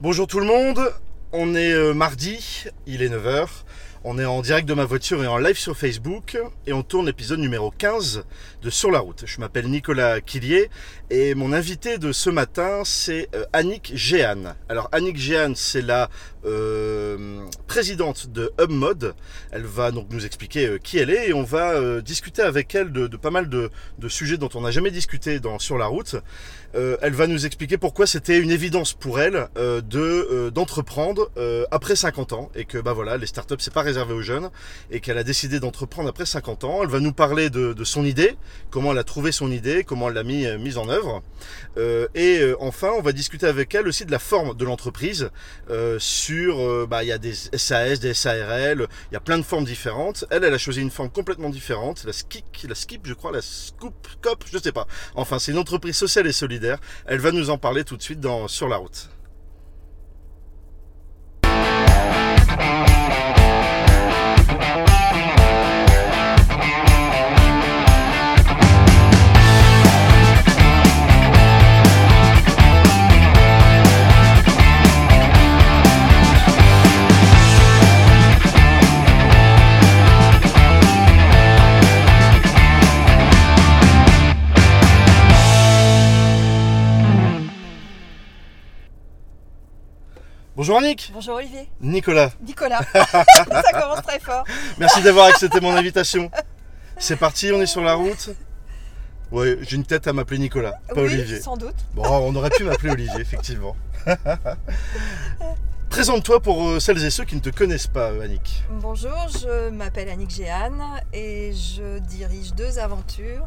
Bonjour tout le monde, on est euh, mardi, il est 9h, on est en direct de ma voiture et en live sur Facebook et on tourne l'épisode numéro 15 de Sur la route. Je m'appelle Nicolas Quillier et mon invité de ce matin c'est euh, Annick Géane. Alors Annick Géane c'est la euh, présidente de HubMod, elle va donc nous expliquer euh, qui elle est et on va euh, discuter avec elle de, de pas mal de, de sujets dont on n'a jamais discuté dans Sur la route. Euh, elle va nous expliquer pourquoi c'était une évidence pour elle euh, de euh, d'entreprendre euh, après 50 ans et que bah voilà les startups c'est pas réservé aux jeunes et qu'elle a décidé d'entreprendre après 50 ans. Elle va nous parler de, de son idée, comment elle a trouvé son idée, comment elle l'a mis, euh, mise en œuvre Euh, et euh, enfin on va discuter avec elle aussi de la forme de l'entreprise euh, sur euh, bah il y a des SAS, des SARL, il y a plein de formes différentes. Elle elle a choisi une forme complètement différente, la skip, la skip je crois, la scoop, cop, je sais pas. Enfin, c'est une entreprise sociale et solidaire. Elle va nous en parler tout de suite dans Sur la route. Bonjour Annick Bonjour Olivier. Nicolas, Nicolas. ça commence très fort. merci d'avoir accepté mon invitation. C'est parti, on est sur la route. Ouais, j'ai une tête à m'appeler Nicolas, pas oui, Olivier. sans doute. Bon, on aurait pu m'appeler Olivier, effectivement. Présente-toi pour euh, celles et ceux qui ne te connaissent pas, euh, Annick. Bonjour, je m'appelle Annick Géane et je dirige deux aventures.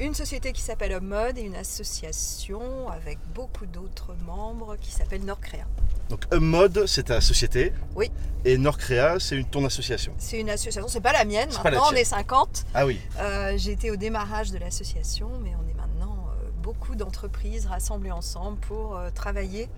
Une société qui s'appelle Homme Mode et une association avec beaucoup d'autres membres qui s'appelle Nordcréa. Donc, Mode, c'est ta société. Oui. Et Nordcrea, c'est une- ton association. C'est une association, c'est pas la mienne, C'est pas la maintenant on tienne. est 50. Ah oui. Euh, J'étais au démarrage de l'association, mais on est maintenant euh, beaucoup d'entreprises rassemblées ensemble pour euh, travailler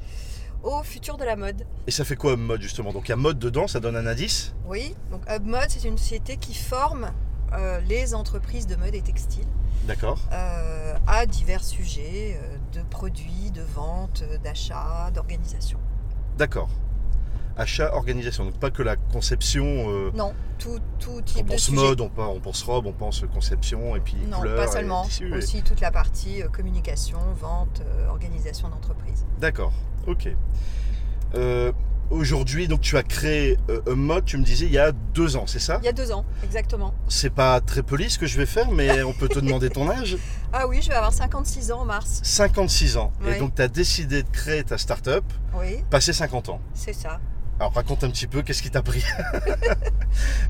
au futur de la mode. Et ça fait quoi, Mode, justement Donc, il y a Mode dedans, ça donne un indice. Oui, donc HubMod, c'est une société qui forme euh, les entreprises de mode et textile D'accord. euh, à divers sujets euh, de produits, de vente, euh, d'achat, d'organisation. D'accord. Achat, organisation. Donc pas que la conception. euh, Non, tout, tout on type de pense sujet. mode, on, pa- on pense robe, on pense conception et puis Non, couleur. pas et seulement. tissu et- Aussi toute la partie euh, communication, vente, euh, organisation d'entreprise. D'accord. Ok. Euh, Aujourd'hui, donc tu as créé euh, un mode. Tu me disais il y a deux ans, c'est ça Il y a deux ans, exactement. C'est pas très poli ce que je vais faire, mais on peut te demander ton âge. Ah oui, je vais avoir 56 ans en mars. 56 ans. Et Ouais. donc tu as décidé de créer ta start-up Oui, passé 50 ans. c'est ça. Alors raconte un petit peu, qu'est-ce qui t'a pris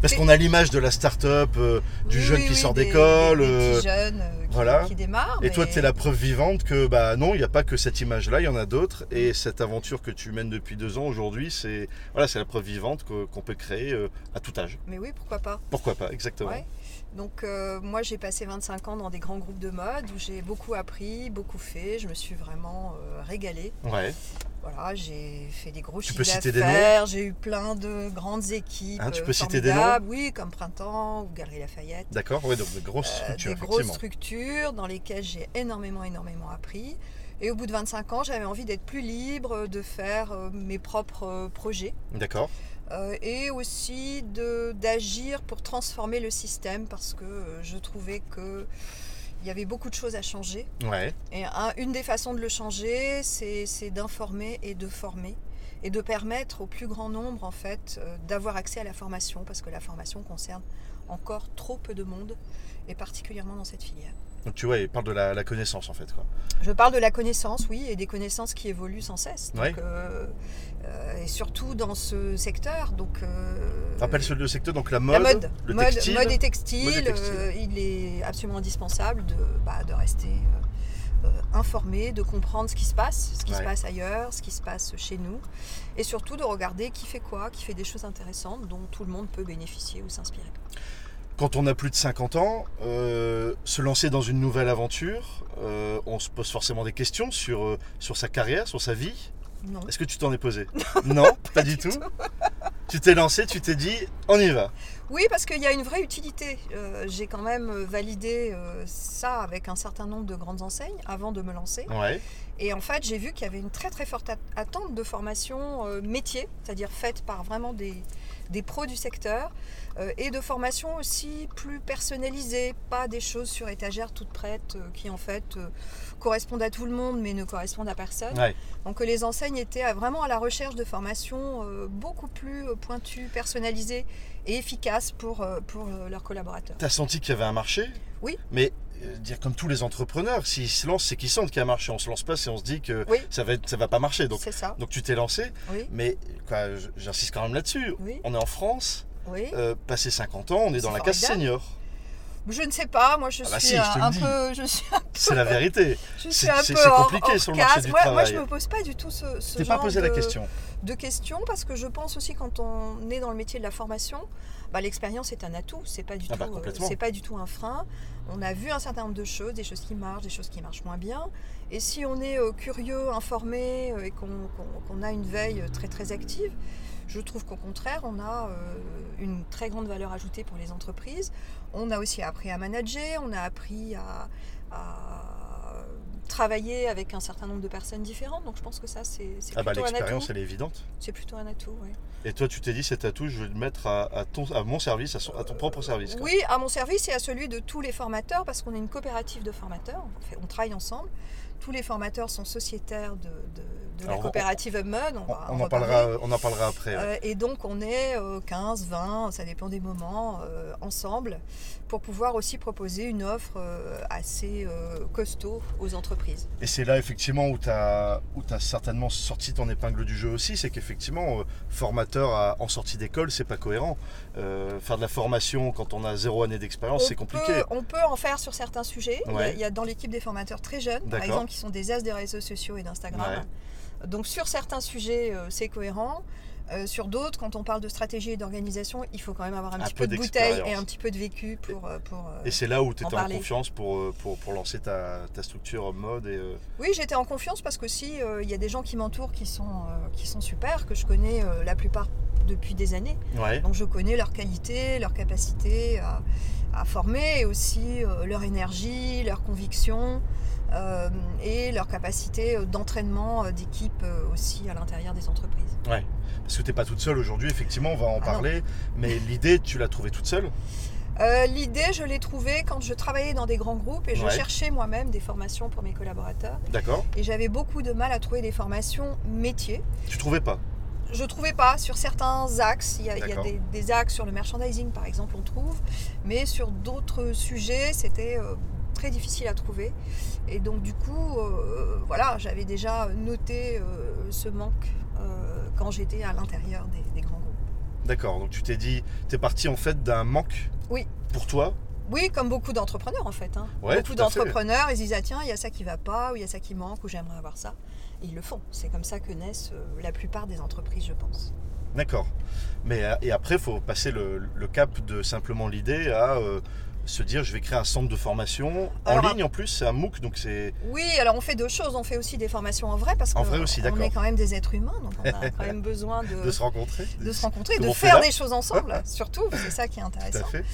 Parce Mais- qu'on a l'image de la start-up euh, du Oui, jeune oui, qui oui, sort des- d'école. Des, euh, petits jeunes euh, qui, voilà. qui démarrent. Et toi, mais- tu es la preuve vivante que bah non, il n'y a pas que cette image-là, il y en a d'autres. Mm. Et cette aventure que tu mènes depuis deux ans aujourd'hui, c'est voilà, c'est la preuve vivante que- qu'on peut créer euh, à tout âge. Mais oui, pourquoi pas Pourquoi pas, exactement. Ouais. Donc euh, moi j'ai passé 25 ans dans des grands groupes de mode où j'ai beaucoup appris, beaucoup fait, je me suis vraiment euh, régalée. Ouais. Voilà, j'ai fait des gros Tu chiffres peux citer des d'affaires, j'ai eu plein de grandes équipes. Hein, tu euh, peux citer des noms formidables. Oui, comme Printemps ou Galerie Lafayette. D'accord, ouais, donc de grosses Euh, structures, des grosses effectivement. structures dans lesquelles j'ai énormément, énormément appris. Et au bout de 25 ans, j'avais envie d'être plus libre, de faire euh, mes propres euh, projets. D'accord. Euh, et aussi de- d'agir pour transformer le système parce que euh, je trouvais que il y avait beaucoup de choses à changer. Ouais. Et un- une des façons de le changer, c'est c'est d'informer et de former et de permettre au plus grand nombre en fait euh, d'avoir accès à la formation parce que la formation concerne encore trop peu de monde et particulièrement dans cette filière. Donc tu vois, il parle de la, la connaissance en fait. Quoi. Je parle de la connaissance, oui, et des connaissances qui évoluent sans cesse. Donc, Ouais. euh, euh, et surtout dans ce secteur. Donc, euh, Rappelle ce le secteur, donc la mode, la mode, le mode, textile. mode et textile, mode et textile. euh, il est absolument indispensable de, bah, de rester euh, euh, informé, de comprendre ce qui se passe, ce qui Ouais. se passe ailleurs, ce qui se passe chez nous, et surtout de regarder qui fait quoi, qui fait des choses intéressantes dont tout le monde peut bénéficier ou s'inspirer. Quand on a plus de 50 ans, euh, se lancer dans une nouvelle aventure, euh, on se pose forcément des questions sur, euh, sur sa carrière, sur sa vie. Non. Est-ce que tu t'en es posé Non, pas, du, tout. tu t'es lancé, tu t'es dit, On y va. Oui, parce qu'il y a une vraie utilité. Euh, J'ai quand même validé euh, ça avec un certain nombre de grandes enseignes avant de me lancer. Ouais. Et en fait, j'ai vu qu'il y avait une très très forte at- attente de formation euh, métier, c'est-à-dire faite par vraiment des, des pros du secteur, euh, et de formation aussi plus personnalisée, pas des choses sur étagère toutes prêtes euh, qui en fait euh, correspondent à tout le monde mais ne correspondent à personne. Ouais. Donc euh, les enseignes étaient à- vraiment à la recherche de formations euh, beaucoup plus euh, pointues, personnalisées et efficaces pour, euh, pour euh, leurs collaborateurs. T'as senti qu'il y avait un marché Oui. Mais euh, dire comme tous les entrepreneurs, s'ils se lancent, c'est qu'ils sentent qu'il y a un marché. On se lance pas si on se dit que Oui. ça va être, ça va pas marcher. Donc, C'est ça, donc tu t'es lancé, oui, mais quoi, j- j'insiste quand même là-dessus. oui, On est en France, oui. euh, passé 50 ans, on est dans C'est la case formidable. senior. Je ne sais pas, moi je Ah bah suis si, je te un, le un dis. peu, je suis C'est la vérité. C'est- Je suis un c'est- peu c'est hors- compliqué hors sur le marché case. du moi, Moi, travail. je me pose pas du tout ce, ce T'es genre pas posé de, la question. de questions parce que je pense aussi quand on est dans le métier de la formation, bah, l'expérience est un atout. C'est pas du Ah tout, bah, euh, complètement. c'est pas du tout un frein. On a vu un certain nombre de choses, des choses qui marchent, des choses qui marchent moins bien. Et si on est euh, curieux, informé euh, et qu'on qu'on- qu'on a une veille euh, très très active. Je trouve qu'au contraire, on a euh, une très grande valeur ajoutée pour les entreprises. On a aussi appris à manager, on a appris à, à travailler avec un certain nombre de personnes différentes. Donc je pense que ça, c'est c'est Ah bah plutôt, un atout. l'expérience elle est évidente. C'est plutôt un atout. ouais. Et toi tu t'es dit cet atout je vais le mettre à, à ton, à mon service, à, son- à ton propre service. quoi. Oui, à mon service et à celui de tous les formateurs, parce qu'on est une coopérative de formateurs. On, fait- on travaille ensemble. Tous les formateurs sont sociétaires de, de- de la Alors, on- coopérative HubMod. On, Bah, va on en reparler. parlera, on en parlera après. ouais. Euh, et donc on est euh, 15, 20, ça dépend des moments, euh, ensemble, pour pouvoir aussi proposer une offre euh, assez euh, costaud aux entreprises. Et c'est là effectivement où tu as, certainement sorti ton épingle du jeu aussi, c'est qu'effectivement, euh, formateur à- en sortie d'école, c'est pas cohérent. Euh, faire de la formation quand on a zéro année d'expérience, c'est compliqué. Peut, on peut en faire sur certains sujets. Il y a- Ouais. Il, y a dans l'équipe des formateurs très jeunes, par D'accord. exemple, qui sont des as des réseaux sociaux et d'Instagram. Donc sur certains sujets, euh, c'est cohérent. Euh, sur d'autres, quand on parle de stratégie et d'organisation, il faut quand même avoir un, Un petit peu peu de bouteille et d'expérience. un petit peu de vécu pour... euh, pour, euh, Et c'est là où tu étais En en, parler. confiance pour, euh, pour, pour lancer ta, ta structure mode. Et, euh, Oui, j'étais en confiance parce qu'aussi, euh, il y a des gens qui m'entourent qui, sont euh, qui sont super, que je connais euh, la plupart depuis des années. Ouais. Donc je connais leur qualité, leur capacité à, à former, et aussi euh, leur énergie, leur conviction euh, et leur capacité euh, d'entraînement euh, d'équipe euh, aussi à l'intérieur des entreprises. Parce que t'es pas toute seule aujourd'hui, effectivement, on va en Ah non. parler. Mais l'idée, tu l'as trouvée toute seule. Euh, L'idée, je l'ai trouvée quand je travaillais dans des grands groupes et je Ouais. cherchais moi-même des formations pour mes collaborateurs. D'accord Et j'avais beaucoup de mal à trouver des formations métiers. Tu trouvais pas Je trouvais pas sur certains axes. Il y a, il y a D'accord. des, des axes sur le merchandising, par exemple, on trouve, mais sur d'autres sujets, c'était euh, très difficile à trouver. Et donc, du coup, euh, voilà, j'avais déjà noté euh, ce manque euh, quand j'étais à l'intérieur des, des grands groupes. D'accord. Donc tu t'es dit, t'es parti en fait d'un manque Oui. pour toi. Oui, comme beaucoup d'entrepreneurs en fait. hein. Ouais, beaucoup tout à fait. d'entrepreneurs, ils disent ah tiens, il y a ça qui va pas, ou il y a ça qui manque, ou j'aimerais avoir ça. Et ils le font. C'est comme ça que naissent euh, la plupart des entreprises, je pense. D'accord. Mais euh, et après, il faut passer le, le cap de simplement l'idée à euh, se dire je vais créer un centre de formation en Alors, ligne en plus, c'est un MOOC, donc c'est Oui, alors on fait deux choses. On fait aussi des formations en vrai parce En qu'on vrai aussi, d'accord. est quand même des êtres humains, donc on a quand même besoin de, de se rencontrer. Euh, de se rencontrer, de Comment on fait faire là des choses ensemble, surtout. C'est ça qui est Tout à intéressant. fait.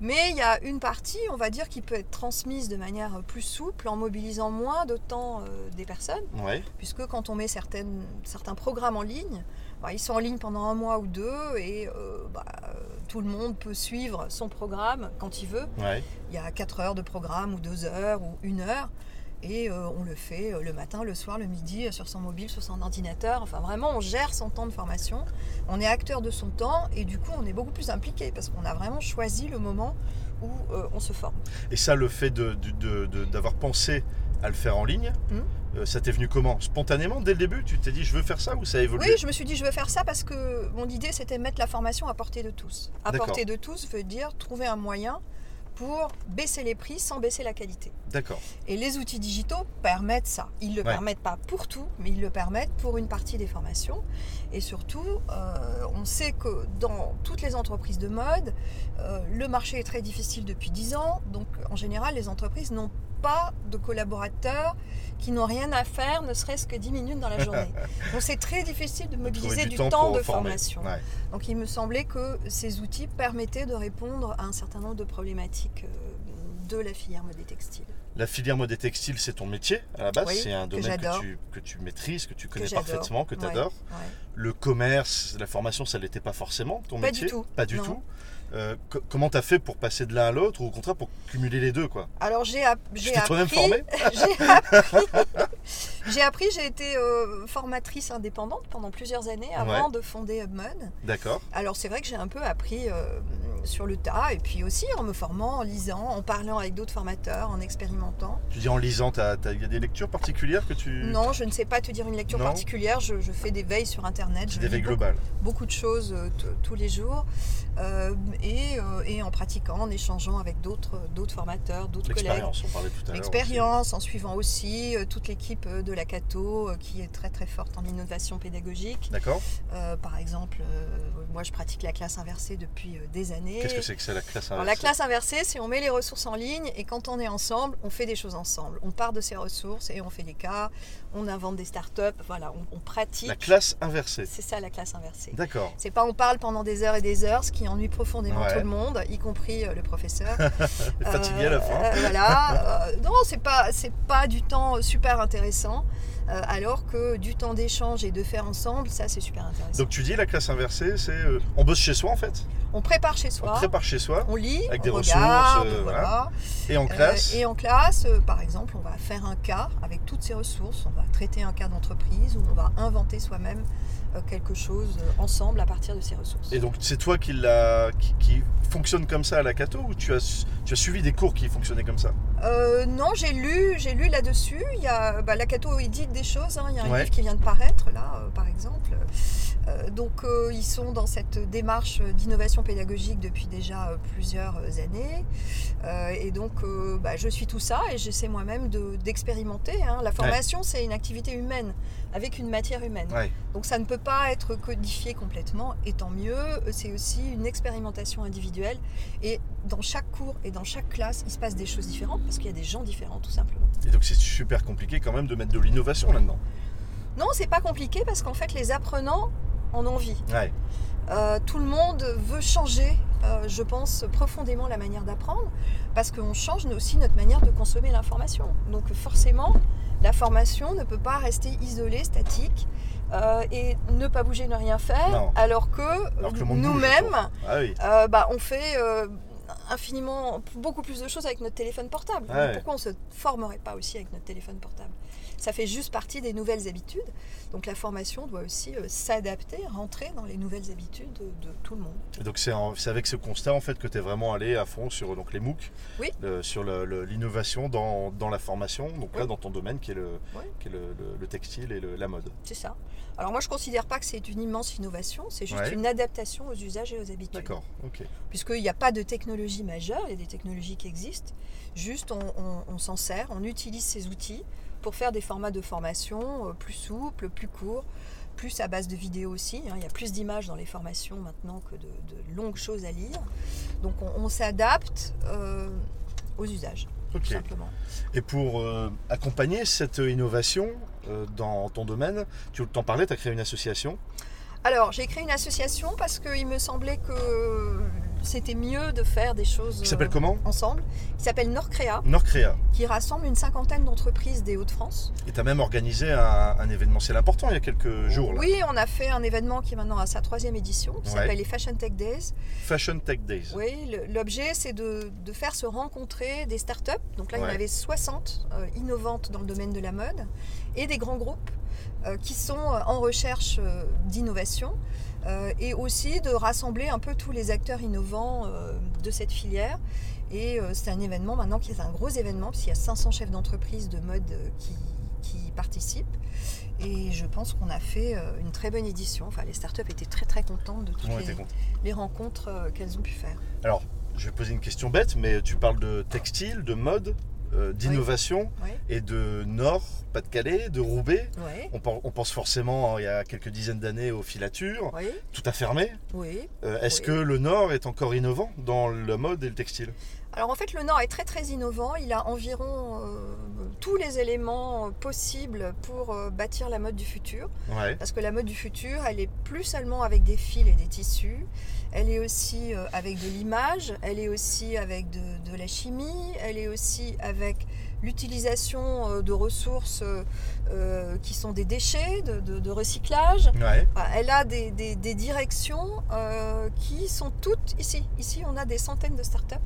Mais il y a une partie, on va dire, qui peut être transmise de manière plus souple en mobilisant moins de temps euh, des personnes, Ouais. puisque quand on met certaines, certains programmes en ligne, bah, ils sont en ligne pendant un mois ou deux et euh, bah, euh, tout le monde peut suivre son programme quand il veut Ouais. il y a 4 heures de programme ou 2 heures ou 1 heure. Et euh, on le fait euh, le matin, le soir, le midi, euh, sur son mobile, sur son ordinateur. Enfin, vraiment, on gère son temps de formation. On est acteur de son temps et du coup, on est beaucoup plus impliqué parce qu'on a vraiment choisi le moment où euh, on se forme. Et ça, le fait de- de- de- de- d'avoir pensé à le faire en ligne, Mhm. euh, ça t'est venu comment Spontanément dès le début, tu t'es dit je veux faire ça ou ça a évolué Oui, je me suis dit, je veux faire ça parce que mon idée, c'était mettre la formation à portée de tous. À D'accord. portée de tous veut dire trouver un moyen pour baisser les prix sans baisser la qualité. D'accord. Et les outils digitaux permettent ça. Ils ne le Ouais. permettent pas pour tout, mais ils le permettent pour une partie des formations. Et surtout, euh, on sait que dans toutes les entreprises de mode, euh, le marché est très difficile depuis 10 ans. Donc, en général, les entreprises n'ont pas de collaborateurs qui n'ont rien à faire, ne serait-ce que 10 minutes dans la journée. Donc, c'est très difficile de mobiliser Trouver du, temps, pour de former. formation. Ouais. Donc il me semblait que ces outils permettaient de répondre à un certain nombre de problématiques euh, de la filière mode et textile. La filière mode et textile, c'est ton métier à la base. Oui, c'est un que domaine que j'adore. tu, que tu maîtrises, que tu connais j'adore, parfaitement, que ouais. tu adores. Ouais. Le commerce, la formation, ça l'était pas forcément ton Pas du métier tout, Pas du non. tout. Euh, co- comment t'as fait pour passer de l'un à l'autre ou au contraire pour cumuler les deux quoi Alors j'ai app- Tu j'ai t'es toi-même appris, formé j'ai appris, j'ai appris, j'ai été euh, formatrice indépendante pendant plusieurs années avant de fonder HubMod. D'accord. Alors c'est vrai que j'ai un peu appris euh, sur le tas et puis aussi en me formant, en lisant, en parlant avec d'autres formateurs, en expérimentant. Tu dis en lisant, t'as- t'as- il y a des lectures particulières que tu. Non, je ne sais pas te dire une lecture Mmh. Non. particulière. Je, je fais des veilles sur Internet. C'est Je des lis veilles beaucoup- globales. Beaucoup, de choses euh, t- tous les jours. Euh, et, euh, et en pratiquant, en échangeant avec d'autres d'autres formateurs, d'autres collègues. L'expérience, on parlait tout à l'heure. L'expérience, en suivant aussi euh, toute l'équipe euh, de la Cato euh, qui est très très forte en innovation pédagogique. aussi. D'accord. Euh, par exemple, euh, moi je pratique la classe inversée depuis euh, des années. Qu'est-ce que c'est que ça, la classe Alors, inversée la classe inversée, c'est on met les ressources en ligne et quand on est ensemble, on fait des choses ensemble. On part de ces ressources et on fait des cas, on invente des startups, voilà, on, on pratique. La classe inversée. C'est ça la classe inversée. D'accord. C'est pas on parle pendant des heures et des heures, ce qui ennuie profondément Ouais. tout le monde, y compris euh, le professeur. T'es fatigué à la fin. Euh, voilà. euh, non, c'est pas c'est pas du temps euh, super intéressant, euh, alors que du temps d'échange et de faire ensemble, ça c'est super intéressant. Donc tu dis la classe inversée, c'est euh, on bosse chez soi en fait. on prépare chez On soi. prépare chez soi on lit, avec on des regarde, ressources, euh, voilà. voilà. et en Euh, classe. et en classe, euh, par exemple, on va faire un cas avec toutes ses ressources. On va traiter un cas d'entreprise ou on va inventer soi-même euh, quelque chose euh, ensemble à partir de ses ressources. Et, donc c'est toi qui, l'a- qui, qui fonctionne comme ça à la Cato ou tu as, su- tu as suivi des cours qui fonctionnaient comme ça Euh, non, j'ai lu, j'ai lu là-dessus. Il y a bah, Lakato édite des choses. hein. Il y a un Ouais. livre qui vient de paraître là, euh, par exemple. Euh, donc euh, ils sont dans cette démarche d'innovation pédagogique depuis déjà euh, plusieurs années. Euh, et donc euh, bah, je suis tout ça et j'essaie moi-même de- d'expérimenter. hein. La formation, c'est une activité humaine avec une matière humaine. Ouais. Donc ça ne peut pas être codifié complètement, et tant mieux, c'est aussi une expérimentation individuelle. Et dans chaque cours et dans chaque classe, il se passe des choses différentes, parce qu'il y a des gens différents, tout simplement. Et donc c'est super compliqué quand même de mettre de l'innovation là-dedans. Non, c'est pas compliqué, parce qu'en fait, les apprenants en ont envie. Ouais. Euh, tout le monde veut changer, euh, je pense, profondément la manière d'apprendre, parce qu'on change aussi notre manière de consommer l'information. Donc forcément, la formation ne peut pas rester isolée, statique, euh, et ne pas bouger, ne rien faire, Non. alors que, Alors que le euh, monde bouge nous-mêmes, autour. Ah oui. euh, bah, on fait euh, infiniment, beaucoup plus de choses avec notre téléphone portable. Ouais. Donc, Pourquoi on se formerait pas aussi avec notre téléphone portable Ça fait juste partie des nouvelles habitudes. Donc la formation doit aussi euh, s'adapter, rentrer dans les nouvelles habitudes de, de tout le monde. Et donc c'est en- c'est avec ce constat en fait que tu es vraiment allé à fond sur donc, les MOOC, Oui. euh, sur le- le- l'innovation dans, dans la formation, donc là Oui. dans ton domaine qui est le, Oui. qui est le, le- le textile et le- la mode. C'est ça. Alors moi, je considère pas que c'est une immense innovation, c'est juste Ouais. une adaptation aux usages et aux habitudes. D'accord, ok. puisqu'il n'y a pas de technologie majeure, il y a des technologies qui existent, juste on, on- on s'en sert, on utilise ces outils pour faire des formats de formation euh, plus souples, plus courts, plus à base de vidéos aussi. hein. Il y a plus d'images dans les formations maintenant que de, de longues choses à lire. Donc on, on s'adapte euh, aux usages, Ok. tout simplement. Et pour euh, accompagner cette innovation euh, dans ton domaine, tu t'en parlais, tu as créé une association. Alors j'ai créé une association parce qu'il me semblait que c'était mieux de faire des choses qui s'appelle euh, comment ensemble, qui s'appelle Norcrea, Norcrea. qui rassemble une cinquantaine d'entreprises des Hauts-de-France. Et tu as même organisé un, un événementiel important il y a quelques jours. Là. Oui, on a fait un événement qui est maintenant à sa troisième édition, qui Ouais. s'appelle les Fashion Tech Days. Fashion Tech Days. Oui, le- l'objet, c'est de, de faire se rencontrer des startups. Donc là, il y Ouais. en avait 60 euh, innovantes dans le domaine de la mode et des grands groupes euh, qui sont euh, en recherche euh, d'innovation euh, et aussi de rassembler un peu tous les acteurs innovants euh, de cette filière. Et euh, c'est un événement maintenant qui est un gros événement, parce qu'il y a 500 chefs d'entreprise de mode euh, qui, qui y participent. Et je pense qu'on a fait euh, une très bonne édition. Enfin, les startups étaient très très contentes de Tout toutes le monde les, était content. les rencontres euh, qu'elles ont pu faire. Alors, Je vais poser une question bête, mais tu parles de textile, de mode, euh, d'innovation Oui. et de Nord, Pas-de-Calais, de Roubaix. Oui, On, par- on pense forcément, hein, il y a quelques dizaines d'années, aux filatures, oui, tout à fermé. oui. Euh, Est-ce Oui. que le Nord est encore innovant dans la mode et le textile Alors en fait, le Nord est très très innovant. Il a environ euh, tous les éléments euh, possibles pour euh, bâtir la mode du futur. Ouais. Parce que la mode du futur, elle est plus seulement avec des fils et des tissus. Elle est aussi euh, avec de l'image. Elle est aussi avec de, de la chimie. Elle est aussi avec l'utilisation euh, de ressources euh, euh, qui sont des déchets, de- de- de recyclage. Ouais. Enfin, Elle a des, des- des directions euh, qui sont toutes ici. Ici, on a des centaines de start-up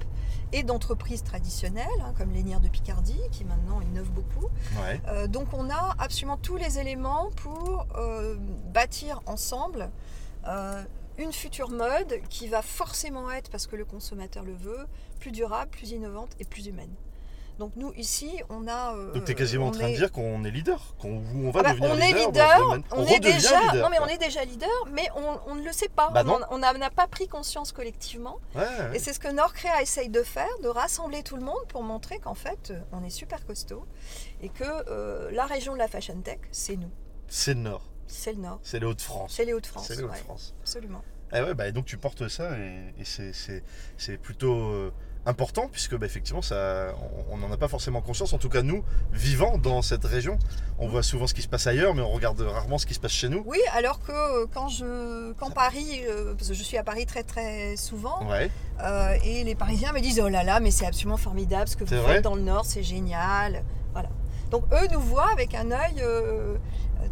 et d'entreprises traditionnelles, hein, comme Lénière de Picardie, qui maintenant innove beaucoup. Ouais. Euh, donc, on a absolument tous les éléments pour euh, bâtir ensemble euh, une future mode qui va forcément être, parce que le consommateur le veut, plus durable, plus innovante et plus humaine. Donc, nous, ici, on a. euh, Donc tu es quasiment en on train de est- dire qu'on est leader, qu'on où on va ah bah, devenir on est leader. dans ce leader, domaine. on, est redevient déjà, leader. non mais on est déjà leader, mais on, on ne le sait pas. Bah on non. en- on n'a n'a pas pris conscience collectivement. Ouais, ouais. Et c'est ce que Norcrea essaye de faire, de rassembler tout le monde pour montrer qu'en fait, euh, on est super costaud et que euh, la région de la fashion tech, c'est nous, C'est le Nord, c'est le Nord, c'est les Hauts-de-France. c'est les Hauts-de-France. C'est les ouais, Hauts-de-France. absolument. Ah ouais, bah, et donc tu portes ça et, et c'est- c'est c'est plutôt euh, important puisque bah, effectivement ça, on n'en a pas forcément conscience. En tout cas nous, vivant dans cette région, on voit souvent ce qui se passe ailleurs, mais on regarde rarement ce qui se passe chez nous. Oui, alors que euh, quand je, quand Paris, euh, parce que je suis à Paris très très souvent, Ouais, euh, et les Parisiens me disent oh là là, mais c'est absolument formidable ce que vous C'est faites vrai dans le Nord, c'est génial. Voilà. Donc eux nous voient avec un œil euh,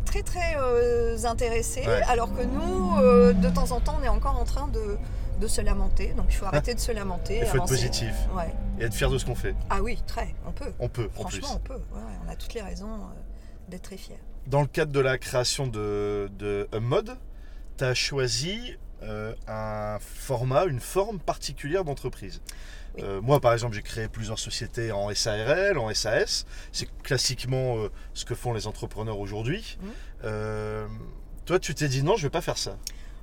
très très euh, intéressé, Ouais. alors que nous, euh, de temps en temps, on est encore en train de, de se lamenter. Donc il faut arrêter de se lamenter. il faut être avancer. positif Ouais. et être fier de ce qu'on fait. Ah oui, très, on peut. On peut en plus. Franchement, on peut. Ouais, ouais, on a toutes les raisons euh, d'être très fiers. Dans le cadre de la création de, de Hub Mode, tu as choisi euh, un format, une forme particulière d'entreprise. Oui. Euh, moi, par exemple, j'ai créé plusieurs sociétés en SARL, en SAS. C'est classiquement euh, ce que font les entrepreneurs aujourd'hui. Mhm. Euh, toi, tu t'es dit non, je vais pas faire ça.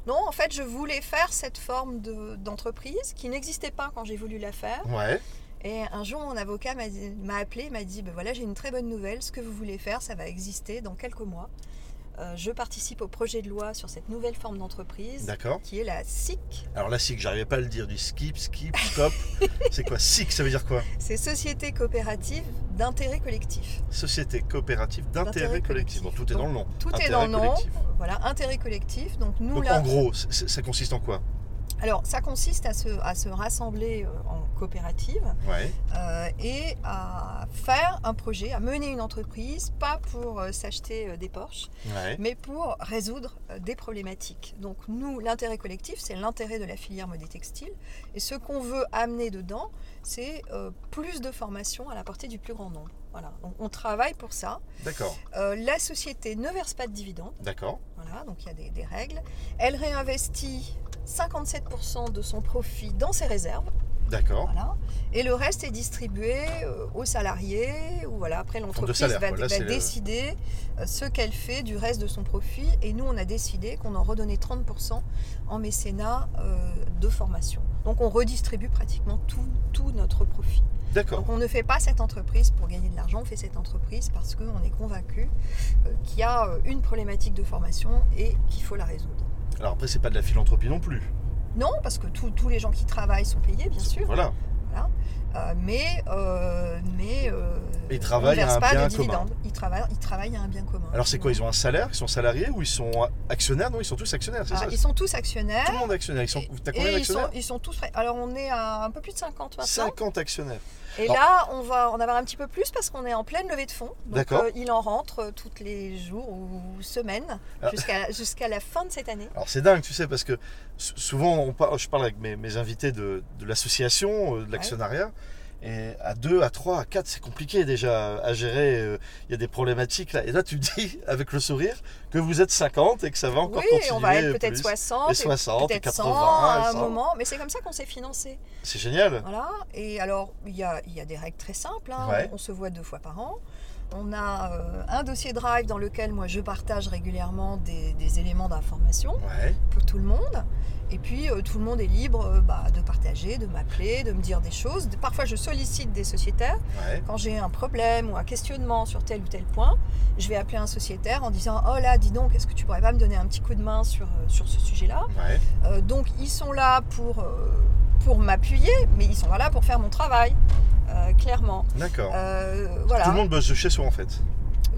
Non, en fait, je voulais faire cette forme de- d'entreprise qui n'existait pas quand j'ai voulu la faire. Ouais, Et un jour, mon avocat m'a dit- m'a appelé, m'a dit, ben voilà, j'ai une très bonne nouvelle, ce que vous voulez faire, ça va exister dans quelques mois. Euh, je participe au projet de loi sur cette nouvelle forme d'entreprise d'accord. qui est la SIC, Alors là, SIC, j'arrivais pas à le dire du skip, skip, stop. c'est quoi SIC, ça veut dire quoi c'est Société coopérative d'intérêt collectif. Société coopérative d'intérêt D'intérêt collectif. collectif. Bon, tout est dans le nom. Tout Intérêt est dans le nom, collectif. voilà, intérêt collectif. Donc nous, Donc là, en gros, c- c- ça consiste en quoi alors ça consiste à se, à se rassembler euh, en coopérative Ouais. euh, et à faire un projet, à mener une entreprise, pas pour euh, s'acheter euh, des Porsche, Ouais. mais pour résoudre euh, des problématiques. Donc nous, l'intérêt collectif, c'est l'intérêt de la filière mode et textile. Et ce qu'on veut amener dedans, c'est euh, plus de formation à la portée du plus grand nombre. Voilà, donc on travaille pour ça. D'accord, Euh, la société ne verse pas de dividendes, d'accord. voilà, donc il y a des, des règles. Elle réinvestit 57% de son profit dans ses réserves, D'accord. voilà, et le reste est distribué euh, aux salariés, ou voilà, après l'entreprise salaire, va, quoi. Là, va c'est le- décider euh, ce qu'elle fait du reste de son profit, et nous on a décidé qu'on en redonnait 30% en mécénat euh, de formation. Donc on redistribue pratiquement tout, tout notre profit. D'accord. Donc on ne fait pas cette entreprise pour gagner de l'argent, on fait cette entreprise parce qu'on est convaincu euh, qu'il y a euh, une problématique de formation et qu'il faut la résoudre. Alors après, c'est pas de la philanthropie non plus. Non, parce que tous- tous les gens qui travaillent sont payés, bien sûr. Voilà. Euh, mais euh, mais euh, Ils travaillent on ne verse à un pas bien de dividendes. Ils travaillent, ils travaillent à un bien commun. Alors c'est quoi Ils ont un salaire Ils sont salariés Ou ils sont actionnaires Non, ils sont tous actionnaires, c'est Ah, ça ils sont tous Tout le actionnaires. monde est actionnaire. Ils sont... T'as combien et ils sont, d'actionnaires ils sont tous. prêts. Alors on est à un peu plus de 50 maintenant. 50 actionnaires. Et Bon. là, on va en avoir un petit peu plus parce qu'on est en pleine levée de fonds. Donc D'accord. euh, il en rentre euh, tous les jours ou semaines Ah. jusqu'à jusqu'à la fin de cette année. Alors c'est dingue, tu sais, parce que s- souvent, on par- je parle avec mes, mes invités de, de l'association, euh, de l'actionnariat. Et à 2, à 3, à 4, c'est compliqué déjà à gérer. euh, Il y a des problématiques là. Et là, tu dis avec le sourire que vous êtes 50 et que ça va encore oui, continuer. on va être peut-être plus. 60, Et et 60, et peut-être 100 80, à un et 100. moment. Mais c'est comme ça qu'on s'est financé. C'est génial. Voilà, et alors il y a, il y a des règles très simples, hein. Ouais. on se voit deux fois par an, On a euh, un dossier Drive dans lequel moi je partage régulièrement des, des éléments d'information Ouais. pour tout le monde. Et puis euh, tout le monde est libre euh, bah, de partager, de m'appeler, de me dire des choses. Parfois je sollicite des sociétaires. Ouais. Quand j'ai un problème ou un questionnement sur tel ou tel point, je vais appeler un sociétaire en disant Oh là, dis donc, est-ce que tu pourrais pas me donner un petit coup de main sur, euh, sur ce sujet-là Ouais. euh, donc ils sont là pour, euh, pour m'appuyer, mais ils sont pas là pour faire mon travail, euh, clairement. D'accord. Euh, Tout voilà. le monde bosse de chez soi en fait.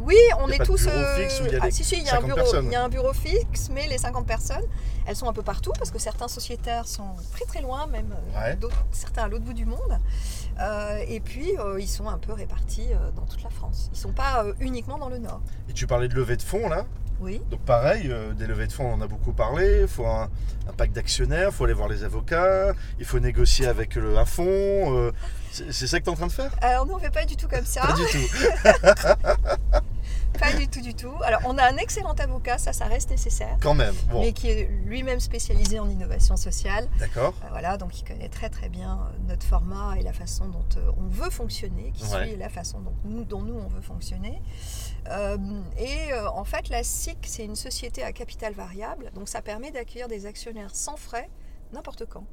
Oui, on Y a est pas de tous. bureau fixe où il y a ah, les si, si, il y a un 50 bureau, personnes. il y a un bureau fixe, mais les 50 personnes, elles sont un peu partout parce que certains sociétaires sont très très loin, même euh, Ouais. d'autres- certains à l'autre bout du monde. Euh, et puis euh, ils sont un peu répartis euh, dans toute la France. Ils sont pas euh, uniquement dans le Nord. Et tu parlais de levée de fonds là. Oui. Donc pareil, euh, des levées de fonds, on en a beaucoup parlé. Il faut un, un pack d'actionnaires, il faut aller voir les avocats, il faut négocier avec le à fond. euh, c'est c'est ça que tu es en train de faire Alors nous on fait pas du tout comme ça. Pas du tout. Pas du tout, du tout. Alors, on a un excellent avocat, ça, ça reste nécessaire, Quand même. Bon, mais qui est lui-même spécialisé en innovation sociale. d'accord. Euh, Voilà, donc il connaît très très bien euh, notre format et la façon dont euh, on veut fonctionner, qui Ouais. suit la façon dont nous, dont nous on veut fonctionner. Euh, et euh, en fait, la SIC, c'est une société à capital variable, donc ça permet d'accueillir des actionnaires sans frais n'importe quand.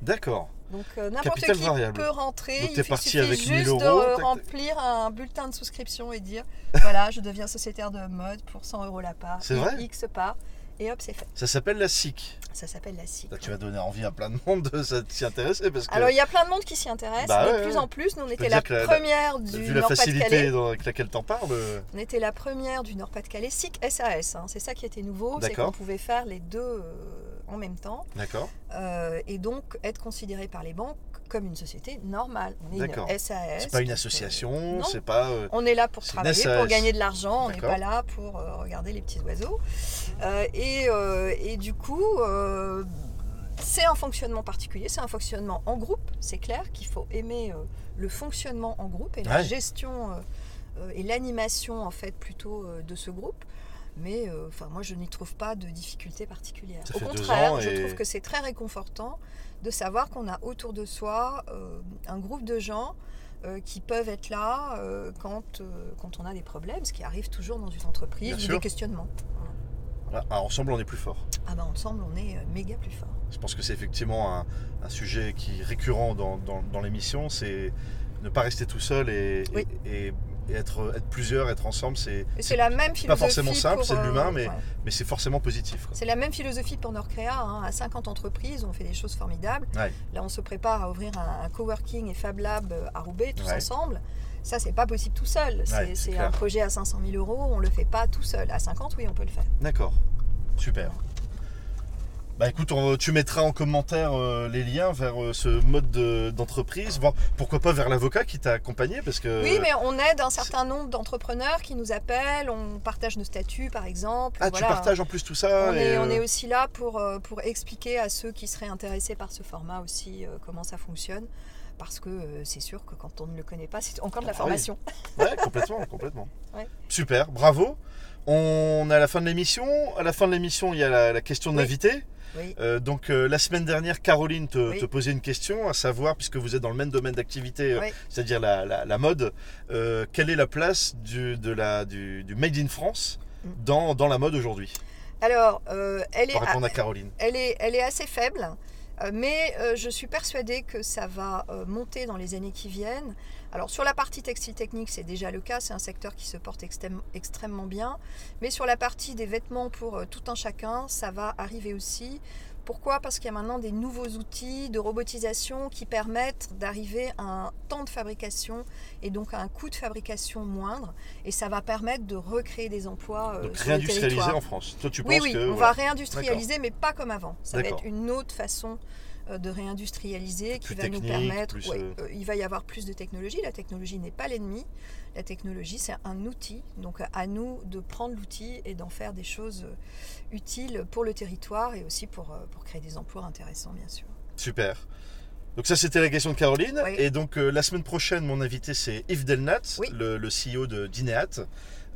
D'accord. Donc euh, n'importe qui Capital variable. peut rentrer, Donc, t'es il suffit parti avec juste 1000 euros, de tac, tac. remplir un bulletin de souscription et dire voilà, je deviens sociétaire de mode pour 100 euros la part, C'est vrai X part, et hop, c'est fait. Ça s'appelle la SIC. Ça s'appelle la SIC. Là, tu vas donner envie à plein de monde de s'in- s'y intéresser parce que Alors il y a plein de monde qui s'y intéresse, Bah de ouais, plus ouais. en plus. Nous on était dire la que la- la- première du vu la facilité Nord-Pas-de-Calais. dans- avec laquelle t'en parles, euh, On était la première du Nord-Pas-de-Calais SIC SAS. hein. C'est ça qui était nouveau, c'est D'accord. qu'on pouvait faire les deux euh, en même temps d'accord. euh, et donc être considéré par les banques comme une société normale. On est D'accord. une SAS. C'est pas une donc, euh, association, non. c'est pas. euh, On est là pour C'est une travailler, SAS. pour gagner de l'argent, on n'est D'accord. pas là pour euh, regarder les petits oiseaux. Euh, et, euh, et du coup, euh, c'est un fonctionnement particulier, c'est un fonctionnement en groupe, c'est clair qu'il faut aimer euh, le fonctionnement en groupe et la Ouais. gestion euh, euh, et l'animation en fait plutôt euh, de ce groupe. Mais euh, enfin, moi, je n'y trouve pas de difficulté particulière. Ça Au fait deux ans contraire, je et- trouve que c'est très réconfortant de savoir qu'on a autour de soi euh, un groupe de gens euh, qui peuvent être là euh, quand, euh, quand on a des problèmes, ce qui arrive toujours dans une entreprise, Bien ou sûr. des questionnements. voilà. Ah, ensemble, on est plus fort. Ah bah ensemble, on est euh, méga plus fort. Je pense que c'est effectivement un, un sujet qui est récurrent dans, dans- dans l'émission, c'est ne pas rester tout seul et, Oui. et- et être, être plusieurs, être ensemble, c'est, Et c'est la même philosophie. pas forcément simple, pour, c'est de euh, l'humain, mais- ouais. mais c'est forcément positif. quoi. C'est la même philosophie pour Nordcrea. hein. À 50 entreprises, on fait des choses formidables. Ouais. Là, on se prépare à ouvrir un, un coworking et Fab Lab euh, à Roubaix, tous Ouais. ensemble. Ça, c'est pas possible tout seul. C'est- Ouais, c'est c'est clair. un projet à 500 000 euros, on le fait pas tout seul. À 50, oui, on peut le faire. D'accord, super. Bah écoute, on- tu mettras en commentaire euh, les liens vers euh, ce mode de- d'entreprise, voire pourquoi pas vers l'avocat qui t'a accompagné, parce que... Oui, mais on aide un certain nombre d'entrepreneurs qui nous appellent, on partage nos statuts par exemple. Ah, Voilà. hein. tu partages en plus tout ça On et, est, on euh, est aussi là pour, euh, pour expliquer à ceux qui seraient intéressés par ce format aussi euh, comment ça fonctionne. Parce que euh, c'est sûr que quand on ne le connaît pas, c'est encore de la Ah oui. formation. Ouais, complètement, complètement. Ouais. Super, bravo. On est à la fin de l'émission. À la fin de l'émission, il y a la, la question de Oui. l'invité. Oui. Euh, donc euh, la semaine dernière, Caroline te, Oui. te posait une question, à savoir, puisque vous êtes dans le même domaine d'activité, euh, Oui. c'est-à-dire la, la- la mode, euh, quelle est la place du, de la, du, du Made in France Mm. dans, dans la mode aujourd'hui Alors, euh, elle, est Pour à- répondre à Caroline. elle, est, elle est assez faible, euh, mais euh, je suis persuadée que ça va euh, monter dans les années qui viennent. Alors, sur la partie textile technique, c'est déjà le cas, c'est un secteur qui se porte extrême- extrêmement bien. Mais sur la partie des vêtements pour euh, tout un chacun, ça va arriver aussi. Pourquoi Parce qu'il y a maintenant des nouveaux outils de robotisation qui permettent d'arriver à un temps de fabrication et donc à un coût de fabrication moindre. Et ça va permettre de recréer des emplois. euh, Donc sur le réindustrialiser territoire. en France. Toi, tu Oui, penses oui, que... on voilà. va réindustrialiser, mais pas comme avant. Ça va D'accord. être une autre façon euh, de réindustrialiser qui Plus va nous technique, permettre. plus, ouais, euh, euh, il va y avoir plus de technologie. La technologie n'est pas l'ennemi. La technologie, c'est un outil. Donc, à nous de prendre l'outil et d'en faire des choses euh, utiles pour le territoire et aussi pour, euh, pour créer des emplois intéressants, bien sûr. Super. Donc ça, c'était la question de Caroline. Oui. Et donc euh, la semaine prochaine, mon invité, c'est Yves Delnat, Oui. le, le CEO de Dineat.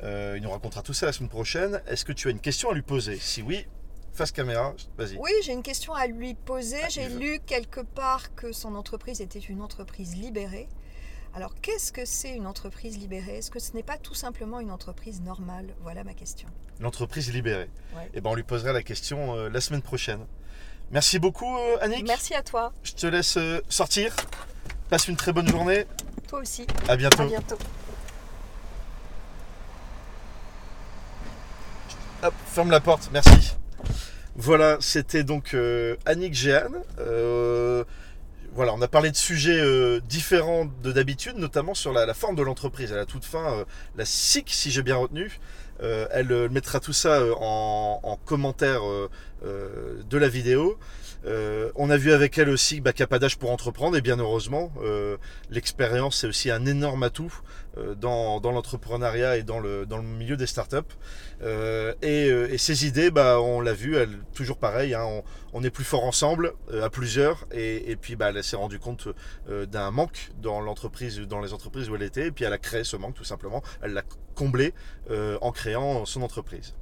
Euh, il nous racontera tout ça la semaine prochaine. Est-ce que tu as une question à lui poser Si oui, face caméra, vas-y. Oui, j'ai une question à lui poser. Ah, j'ai Yves. lu quelque part que son entreprise était une entreprise libérée. Alors qu'est-ce que c'est une entreprise libérée Est-ce que ce n'est pas tout simplement une entreprise normale Voilà ma question. L'entreprise libérée. Ouais. Et ben on lui posera la question euh, la semaine prochaine. Merci beaucoup euh, Annick. Merci à toi, Je te laisse euh, sortir. Passe une très bonne journée. toi aussi. À bientôt. À bientôt. Hop, ferme la porte. Merci. Voilà, c'était donc euh, Annick Jeanne. Euh, voilà, on a parlé de sujets euh, différents de d'habitude, notamment sur la, la forme de l'entreprise. À la toute fin, euh, la SIC, si j'ai bien retenu, Euh, elle euh, mettra tout ça euh, en, en commentaire euh, euh, de la vidéo. Euh, on a vu avec elle aussi bah, qu'à pas d'âge pour entreprendre, et bien heureusement, euh, l'expérience c'est aussi un énorme atout euh, dans, dans l'entrepreneuriat et dans le, dans le milieu des startups. Euh, et, euh, et ces idées, bah, on l'a vu, elle, toujours pareil, hein, on, on est plus fort ensemble, euh, à plusieurs, et, et puis bah, elle s'est rendue compte euh, d'un manque dans l'entreprise, dans les entreprises où elle était, et puis elle a créé ce manque tout simplement, elle l'a comblé euh, en créant son entreprise.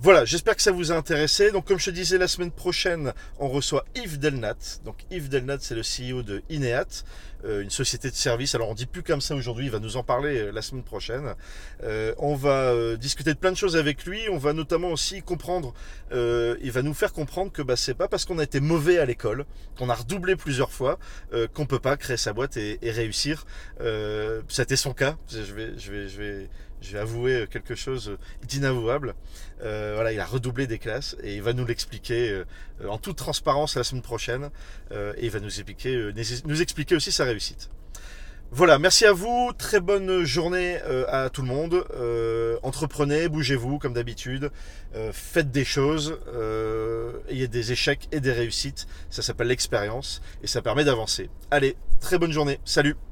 Voilà, j'espère que ça vous a intéressé. Donc, comme je te disais, la semaine prochaine, on reçoit Yves Delnat. Donc, Yves Delnat, c'est le CEO de Ineat, euh, une société de services. Alors, on dit plus comme ça aujourd'hui. Il va nous en parler euh, la semaine prochaine. Euh, on va euh, discuter de plein de choses avec lui. On va notamment aussi comprendre. euh, il va nous faire comprendre que bah, c'est pas parce qu'on a été mauvais à l'école, qu'on a redoublé plusieurs fois, euh, qu'on peut pas créer sa boîte et, et réussir. Euh, C'était son cas. Je vais, je vais, je vais, je vais avouer euh, quelque chose d'inavouable. Euh, voilà, il a redoublé des classes et il va nous l'expliquer euh, euh, en toute transparence la semaine prochaine. Euh, et il va nous expliquer, euh, nécess- nous expliquer aussi sa réussite. Voilà, merci à vous. Très bonne journée euh, à tout le monde. Euh, entreprenez, bougez-vous comme d'habitude. Euh, faites des choses. Euh, ayez des échecs et des réussites. Ça s'appelle l'expérience et ça permet d'avancer. Allez, très bonne journée. Salut